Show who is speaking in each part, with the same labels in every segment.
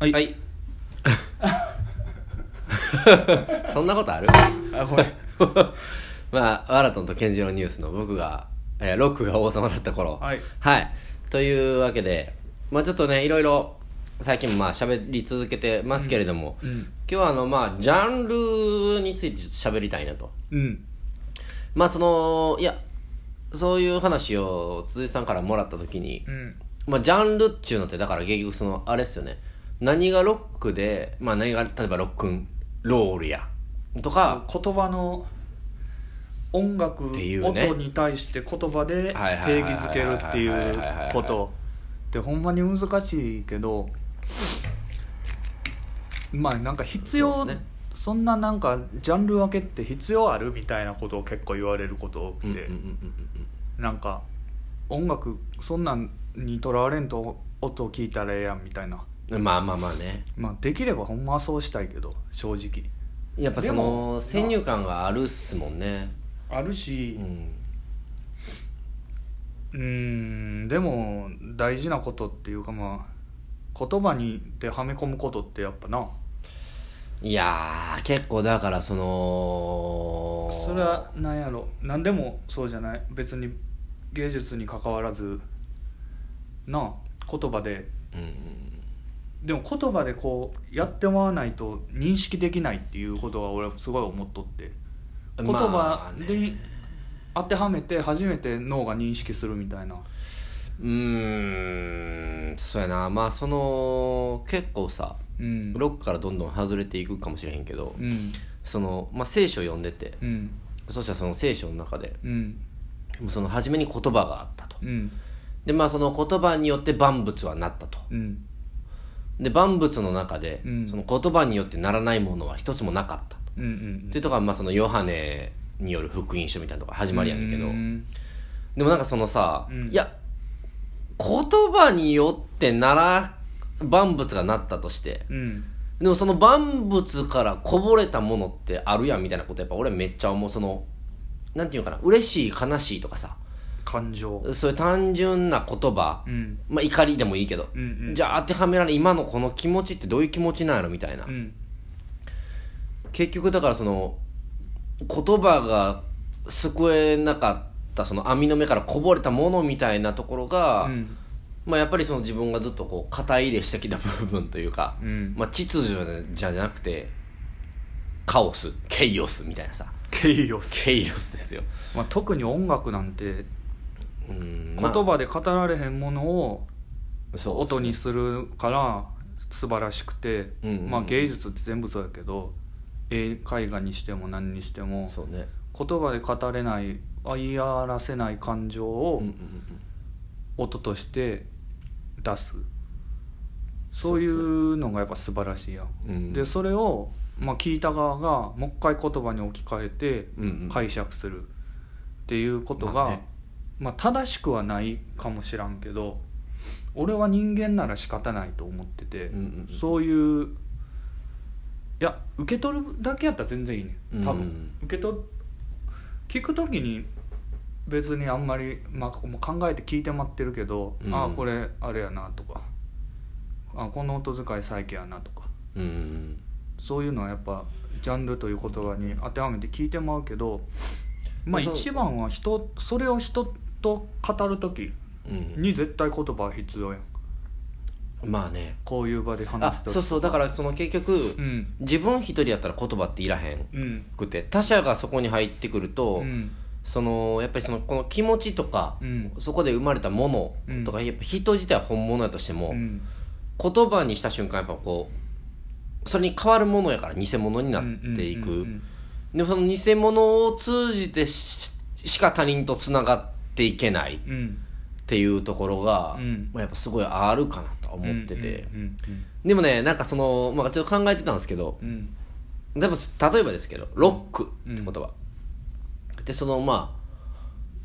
Speaker 1: はい、
Speaker 2: はい そんなことある
Speaker 1: あごめん
Speaker 2: まあワラトンとケンジローニュースの僕が、えーロックが王様だった頃
Speaker 1: はい
Speaker 2: というわけでまあちょっとねいろいろ最近もまあ喋り続けてますけれども、
Speaker 1: うんうん
Speaker 2: 今日はあのまあジャンルについてちょっと喋りたいなと
Speaker 1: うん
Speaker 2: まあそのいやそういう話を辻さんからもらった時に
Speaker 1: うん
Speaker 2: まあ、ジャンルっちゅうのってだから結局そのあれっすよね何がロックで、まあ、何が例えばロックンロールやとか
Speaker 1: 言葉の音楽
Speaker 2: っていうね
Speaker 1: 音に対して言葉で
Speaker 2: はいはいは
Speaker 1: 定
Speaker 2: いはい
Speaker 1: 義づけるっていうことでほんまに難しいけどまあなんか必要
Speaker 2: そ
Speaker 1: そ,、
Speaker 2: うですね
Speaker 1: んななんかジャンル分けって必要あるみたいなことを結構言われること多く
Speaker 2: うんうん
Speaker 1: て、
Speaker 2: うんうん
Speaker 1: なんか音楽そんなんにとらわれんと音を聞いたらええやんみたいな
Speaker 2: うんまあまあまあね
Speaker 1: まあできればほんまはそうしたいけど正直
Speaker 2: やっぱそ
Speaker 1: で
Speaker 2: の
Speaker 1: も
Speaker 2: 先入観があるっすもんね
Speaker 1: ある
Speaker 2: う
Speaker 1: し
Speaker 2: ん
Speaker 1: うーんでも大事なことっていうかまあ言葉にではめ込むことってやっぱない
Speaker 2: やー結構だからその
Speaker 1: それは何やろ何でもそうじゃない別に芸術に関わらずなあ言葉で
Speaker 2: うんうん
Speaker 1: でも言葉でこうやってもらわないと認識できないっていうことは俺はすごい思っとって言
Speaker 2: ま
Speaker 1: 葉
Speaker 2: あね
Speaker 1: で当てはめて初めて脳が認識するみたいな
Speaker 2: うーんそうやなまあその結構さ
Speaker 1: うん
Speaker 2: ロックからどんどん外れていくかもしれへんけど、
Speaker 1: うん
Speaker 2: その、まあ、聖書を読んでて
Speaker 1: うん
Speaker 2: そしたらその聖書の中で
Speaker 1: うん
Speaker 2: その初めに言葉があったと
Speaker 1: うん
Speaker 2: でまあその言葉によって万物はなったと
Speaker 1: うん
Speaker 2: で万物の中で、
Speaker 1: うん
Speaker 2: その言葉によってならないものは一つもなかったと、
Speaker 1: うんうん
Speaker 2: っていうとこがまあそのヨハネによる福音書みたいなとこが始まりやねんけど、
Speaker 1: うん
Speaker 2: でもなんかそのさ、
Speaker 1: うん
Speaker 2: いや言葉によってなら万物がなったとして
Speaker 1: うん
Speaker 2: でもその万物からこぼれたものってあるやんみたいなことやっぱ俺めっちゃ思うそのなんていうかな嬉しい悲しいとかさ
Speaker 1: 感情
Speaker 2: そういう単純な言葉、
Speaker 1: うん
Speaker 2: まあ、怒りでもいいけど、
Speaker 1: うんうん
Speaker 2: じゃあ当てはめられ今のこの気持ちってどういう気持ちなんやろみたいな、
Speaker 1: うん
Speaker 2: 結局だからその言葉が救えなかったその網の目からこぼれたものみたいなところが、
Speaker 1: うん
Speaker 2: まあ、やっぱりその自分がずっとこう肩入れしてきた部分というか、
Speaker 1: うん
Speaker 2: まあ、秩序じゃなくてカオスケイオスみたいなさ
Speaker 1: ケイオス、
Speaker 2: ケイオスですよ、
Speaker 1: まあ、特に音楽なんて
Speaker 2: うん
Speaker 1: 言
Speaker 2: まあ
Speaker 1: 葉で語られへんものを
Speaker 2: そう
Speaker 1: 音にするから素晴らしくて、
Speaker 2: うんうんうん
Speaker 1: まあ、芸術って全部そうやけど絵絵画にしても何にしても
Speaker 2: そうね
Speaker 1: 言葉で語れない言い表せない感情を
Speaker 2: うんうんうん
Speaker 1: 音として出す、そういうのがやっぱ素晴らしいやん、
Speaker 2: うん
Speaker 1: でそれを、まあ、聞いた側がもう一回言葉に置き換えて
Speaker 2: うんうん
Speaker 1: 解釈するっていうことが、
Speaker 2: ま
Speaker 1: ま
Speaker 2: あ
Speaker 1: あ
Speaker 2: ね
Speaker 1: 正しくはないかもしらんけど俺は人間なら仕方ないと思ってて、
Speaker 2: うんうんうん
Speaker 1: そういういや受け取るだけやったら全然いいね多分、
Speaker 2: うんうん
Speaker 1: 受け取聞く時に別にあんまり、まあ、もう考えて聞いて待ってるけど、
Speaker 2: うん
Speaker 1: ああこれあれやなとかあこの音遣い最近やなとか
Speaker 2: うんうん
Speaker 1: そういうのはやっぱジャンルという言葉に当てはめて聞いてまうけどまあ
Speaker 2: そう
Speaker 1: 一番は人それを人と語る時
Speaker 2: うん
Speaker 1: に絶対言葉は必要やん
Speaker 2: まあね
Speaker 1: こういう場で話
Speaker 2: あ
Speaker 1: す時
Speaker 2: そうそうだからその結局、
Speaker 1: うん
Speaker 2: 自分一人やったら言葉っていらへん
Speaker 1: うん
Speaker 2: くて他者がそこに入ってくると、
Speaker 1: うん
Speaker 2: そのやっぱりそのこの気持ちとか、
Speaker 1: うん
Speaker 2: そこで生まれたものとか、やっぱ人自体は本物やとしても、
Speaker 1: うん
Speaker 2: 言葉にした瞬間やっぱこうそれに変わるものやから偽物になっていく、
Speaker 1: うんうん
Speaker 2: でもその偽物を通じてししか他人とつながっていけないっ
Speaker 1: うんうん
Speaker 2: ていうところが、
Speaker 1: うん
Speaker 2: まあやっぱすごいあるかなとは思ってて、
Speaker 1: うん
Speaker 2: でもねなんかその、まあ、ちょっと考えてたんですけど
Speaker 1: うんうん
Speaker 2: でも例えばですけどロックって言葉、でそのまあ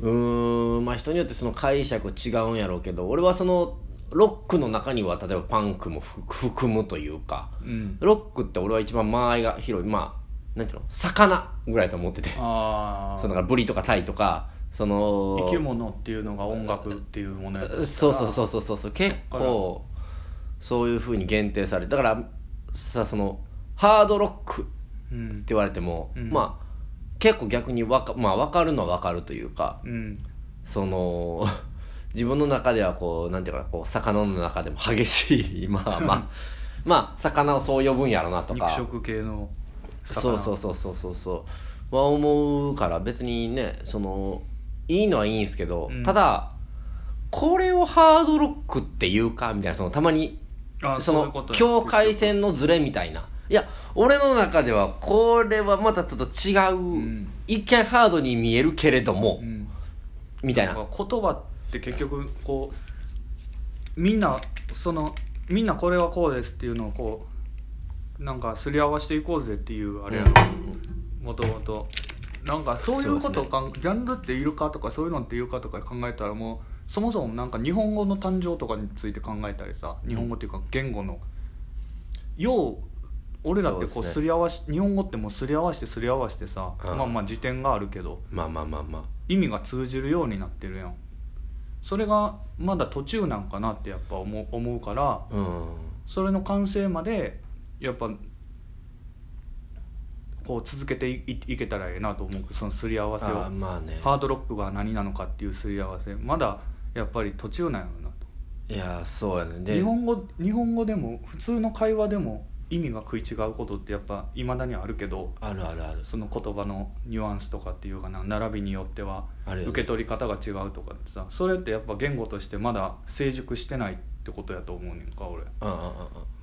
Speaker 2: うーんまあ人によってその解釈違うんやろうけど俺はそのロックの中には例えばパンクも含含むというか
Speaker 1: うん
Speaker 2: ロックって俺は一番間合いが広いまあなんていうの魚ぐらいと思ってて
Speaker 1: あ
Speaker 2: そ
Speaker 1: あ
Speaker 2: のだからブリとかタイとかその
Speaker 1: 生き物っていうのが音楽っていうものやと
Speaker 2: そうそうそうそうそうそう結構そういうふうに限定されてだからさそのハードロック
Speaker 1: う
Speaker 2: っ
Speaker 1: ん
Speaker 2: て言われても、
Speaker 1: うん
Speaker 2: まあ結構逆にわか,、まあ、わかるのはわかるというか
Speaker 1: うん
Speaker 2: その 自分の中ではこうなんていうかなこう魚の中でも激しい まあまあまあ魚をそう呼ぶんやろなと
Speaker 1: 肉
Speaker 2: か
Speaker 1: 食系の
Speaker 2: そうそうそうそうそうそうは思うから別にねそのいいのはいいんですけど、
Speaker 1: うん
Speaker 2: ただこれをハードロックっていうかみたいなそのたまに
Speaker 1: あ
Speaker 2: そ
Speaker 1: そういうこ
Speaker 2: の
Speaker 1: と
Speaker 2: 境界線のズレみたいないや俺の中ではこれはまたちょっと違う、
Speaker 1: ん
Speaker 2: 一見ハードに見えるけれども、
Speaker 1: うん
Speaker 2: みたいな
Speaker 1: なんか言葉って結局こうみんなそのみんなこれはこうですっていうのをこうなんかすり合わせていこうぜっていうあれやろもともとなんかそういうことをかん、ジャンルっているかとかそういうのっているかとか考えたらもうそもそもなんか日本語の誕生とかについて考えたりさ日本語っていうか言語のよう俺らって
Speaker 2: そ
Speaker 1: こ
Speaker 2: う
Speaker 1: う
Speaker 2: ですね
Speaker 1: すり合わし、日本語ってもうすり合わしてすり合わしてさ
Speaker 2: うん
Speaker 1: まあまあ辞典があるけど
Speaker 2: まあまあまあまあ
Speaker 1: 意味が通じるようになってるやんそれがまだ途中なんかなってやっぱ思う思うから
Speaker 2: うん
Speaker 1: それの完成までやっぱこう続けていいいけたらええなと思うそのすり合わせ
Speaker 2: あ
Speaker 1: を
Speaker 2: ーまあね
Speaker 1: ハードロックが何なのかっていうすり合わせまだやっぱり途中なんやろない
Speaker 2: やーそうやね
Speaker 1: と
Speaker 2: で
Speaker 1: 日本語日本語でも普通の会話でも意味が食い違うことってやっぱいまだにあるけど
Speaker 2: あるあるある
Speaker 1: その言葉のニュアンスとかっていうかな並びによっては
Speaker 2: あるよね
Speaker 1: 受け取り方が違うとかってさそれってやっぱ言語としてまだ成熟してないってことやと思うねんか俺
Speaker 2: うんうんうんうん
Speaker 1: も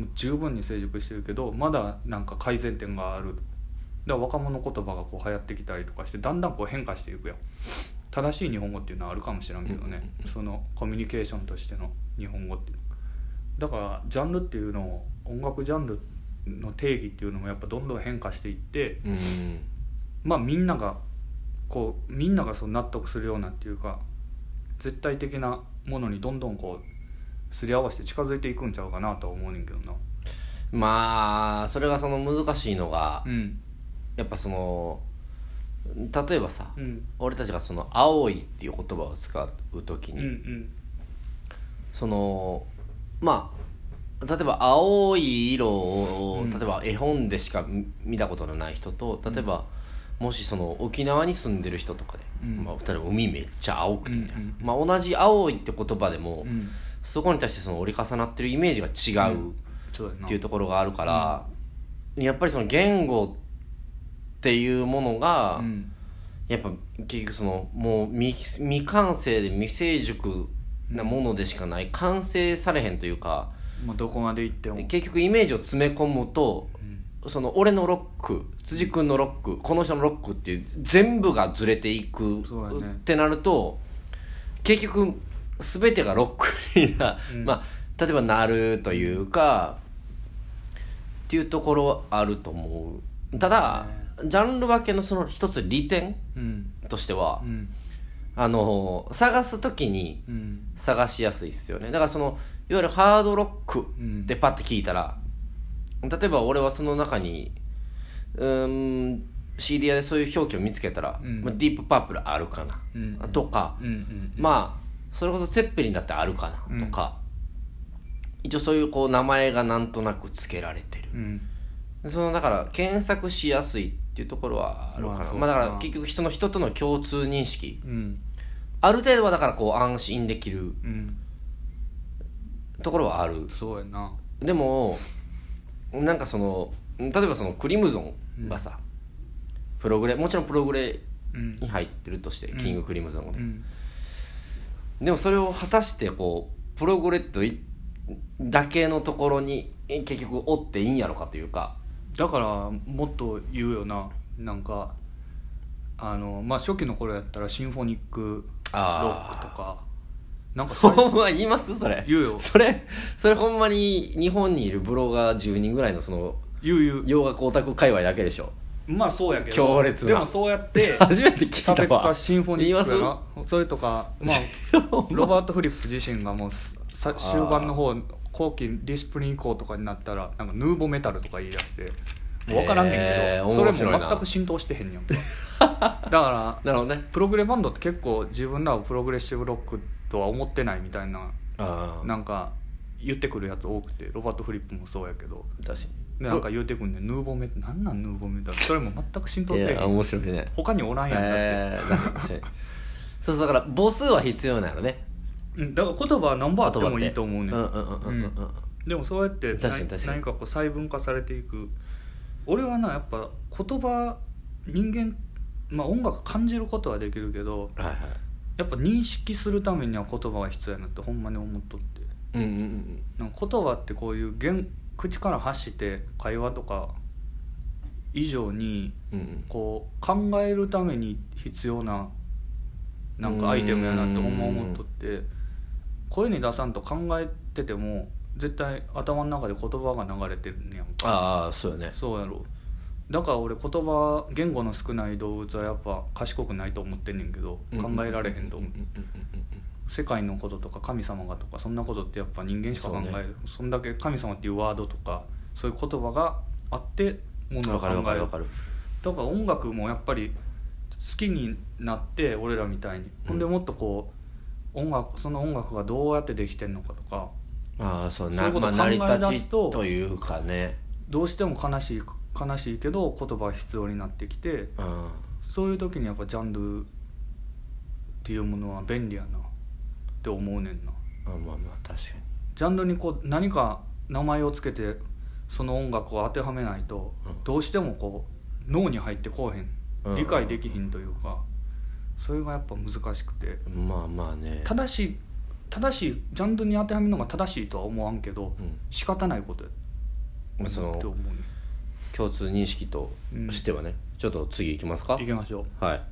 Speaker 1: う十分に成熟してるけどまだなんか改善点があるだから若者言葉がこう流行ってきたりとかしてだんだんこう変化していくやん正しい日本語っていうのはあるかもしれんけど
Speaker 2: うんうん
Speaker 1: ね
Speaker 2: うん
Speaker 1: そのコミュニケーションとしての日本語っていうだからジャンルっていうのを音楽ジャンルの定義っていうのもやっぱどんどん変化していって、
Speaker 2: うん
Speaker 1: まあみんながこうみんながそう納得するようなっていうか絶対的なものにどんどんこうすり合わせて近づいていくんちゃうかなとは思うねんけどな
Speaker 2: まあそれがその難しいのが、
Speaker 1: ん
Speaker 2: やっぱその例えばさ、
Speaker 1: うん
Speaker 2: 俺たちがその「青い」っていう言葉を使う時
Speaker 1: うん
Speaker 2: に、
Speaker 1: うん
Speaker 2: そのまあ例えば青い色を
Speaker 1: うん
Speaker 2: 例えば絵本でしか見見たことのない人と例えば、もしその沖縄に住んでる人とかで、
Speaker 1: うん
Speaker 2: まあ、例えば海めっちゃ青くてみたいなさ、
Speaker 1: うんう
Speaker 2: まあ、同じ「青い」って言葉でも、
Speaker 1: うん
Speaker 2: そこに対してその折り重なってるイメージが違う
Speaker 1: そうやな
Speaker 2: っていうところがあるから、やっぱりその言語っていうものが、
Speaker 1: うん
Speaker 2: やっぱ結局そのもう未未完成で未成熟なものでしかない完成されへんというか
Speaker 1: まあどこまでいっても
Speaker 2: 結局イメージを詰め込むと
Speaker 1: うん
Speaker 2: その俺のロック辻君のロックこの人のロックっていう全部がずれていくっ
Speaker 1: そうだね
Speaker 2: てなると、結局全てがロックにな、
Speaker 1: うん
Speaker 2: まあ例えばなるというか、っていうところはあると思うただジャンル分けのその一つ利点
Speaker 1: うん
Speaker 2: としては
Speaker 1: う、ん
Speaker 2: あの探す時に
Speaker 1: うん
Speaker 2: 探しやすいっすよねだからそのいわゆるハードロック
Speaker 1: うん
Speaker 2: でパッて聞いたら、例えば俺はその中にうーん CD 屋でそういう表記を見つけたら、
Speaker 1: うん
Speaker 2: まあ、ディープパープルあるかな、
Speaker 1: うん
Speaker 2: とか
Speaker 1: うんうん
Speaker 2: まあそれこそセッペリンだってあるか
Speaker 1: う
Speaker 2: なんとか、一応そういうこう名前がなんとなく付けられてる
Speaker 1: うん
Speaker 2: そのだから検索しやすいっていうところはあるかな、
Speaker 1: まあそ
Speaker 2: まあ
Speaker 1: うか
Speaker 2: だから結局人の人との共通認識
Speaker 1: うん
Speaker 2: ある程度はだからこう安心できる
Speaker 1: うん
Speaker 2: ところはある
Speaker 1: そうやな
Speaker 2: でもなんかその例えばそのクリムゾンがさ、プログレもちろんプログレ
Speaker 1: うん
Speaker 2: に入ってるとして、
Speaker 1: うん
Speaker 2: キングクリムゾンが
Speaker 1: う
Speaker 2: ね、
Speaker 1: ん
Speaker 2: でもそれを果たしてこうプログレといだけのところにえ結局追っていいんやろかというか
Speaker 1: だからもっと言うよななんかあのまあ初期の頃やったらシンフォニックロックとかなんか最
Speaker 2: ほ
Speaker 1: 初
Speaker 2: んま言いますそれ
Speaker 1: 言うよ
Speaker 2: それそれほんまに日本にいるブロガー10人ぐらいのその
Speaker 1: 言う言う
Speaker 2: 洋楽オタク界隈だけでしょ
Speaker 1: まあそうやけど
Speaker 2: 強烈な
Speaker 1: でもそうやって
Speaker 2: 初めて聞いた
Speaker 1: 差
Speaker 2: わ
Speaker 1: 別化シンフォニック
Speaker 2: 言いま
Speaker 1: やなそれとか まあロバート・フリップ自身がもうさ
Speaker 2: ー
Speaker 1: 終盤の方後期ディスプリン以降とかになったらなんかヌーボメタルとか言い出してもう分からんねんけど、
Speaker 2: えー
Speaker 1: それ
Speaker 2: 面白い
Speaker 1: も
Speaker 2: な
Speaker 1: 全く浸透してへんやんか だから
Speaker 2: なるほどね
Speaker 1: プログレバンドって結構自分らはプログレッシブロックとは思ってないみたいな
Speaker 2: ああ
Speaker 1: なんか言ってくるやつ多くてロバート・フリップもそうやけど
Speaker 2: 確か
Speaker 1: でなんか言ってくんねんヌーボーメってなんなんヌーボーメってそれも全く浸透
Speaker 2: にい
Speaker 1: せえへ
Speaker 2: や
Speaker 1: ん
Speaker 2: 面白いね
Speaker 1: 他におらんやんだって、
Speaker 2: えー確かにそうそうだから母数は必要なのね
Speaker 1: うんだから言葉は何番あってもいいと思うね
Speaker 2: ん
Speaker 1: ん
Speaker 2: うんうんうんうんうん
Speaker 1: でもそうやって
Speaker 2: 確かに
Speaker 1: 何
Speaker 2: 確かに
Speaker 1: 何かこう細分化されていく俺はなやっぱ言葉人間まあ音楽感じることはできるけど
Speaker 2: はいはい
Speaker 1: やっぱ認識するためには言葉が必要やなってほんまに思っとって
Speaker 2: うんうんうん
Speaker 1: なんか言葉ってこういう言口から発して会話とか以上に
Speaker 2: うんうん
Speaker 1: こう考えるために必要ななんかアイテムやなってほんま思っとって声に出さんと考えてても絶対頭の中で言葉が流れてるねやんか
Speaker 2: ああそうよね
Speaker 1: そうやろだから俺言葉言語の少ない動物はやっぱ賢くないと思ってんねんけど考えられへんと思う
Speaker 2: うんうんうんうん
Speaker 1: 世界のこととか神様がとかそんなことってやっぱ人間しか考えるそ,、んだけ神様っていうワードとかそういう言葉があっても
Speaker 2: うん
Speaker 1: の
Speaker 2: わ
Speaker 1: を考
Speaker 2: かるわか
Speaker 1: え
Speaker 2: る
Speaker 1: る
Speaker 2: わかる
Speaker 1: だから音楽もやっぱり好きになって俺らみたいに、ほんでもっとこう音楽その音楽がどうやってできてんのかとか
Speaker 2: ああそう
Speaker 1: そうい
Speaker 2: な
Speaker 1: うこ
Speaker 2: ま
Speaker 1: と
Speaker 2: あ
Speaker 1: 考
Speaker 2: 成
Speaker 1: え
Speaker 2: り
Speaker 1: 出
Speaker 2: 立ち
Speaker 1: すと
Speaker 2: というかね
Speaker 1: どうしても悲しい悲しいけど言葉が必要になってきて
Speaker 2: うん
Speaker 1: そういう時にやっぱジャンルっていうものは便利やなって思うねんな
Speaker 2: あまあまあ確かに
Speaker 1: ジャンルにこう何か名前をつけてその音楽を当てはめないと
Speaker 2: うん
Speaker 1: どうしてもこう脳に入ってこう
Speaker 2: う
Speaker 1: へ
Speaker 2: ん
Speaker 1: ん理解できひんというかそれがやっぱ難しくて
Speaker 2: まあまあね
Speaker 1: 正しい正しいジャンルに当てはめるのが正しいとは思わんけど
Speaker 2: うん
Speaker 1: 仕方ないことや
Speaker 2: まあそ
Speaker 1: と思
Speaker 2: の
Speaker 1: うね
Speaker 2: 共通認識としてはね、ちょっと次いきますか
Speaker 1: 行きましょう
Speaker 2: はい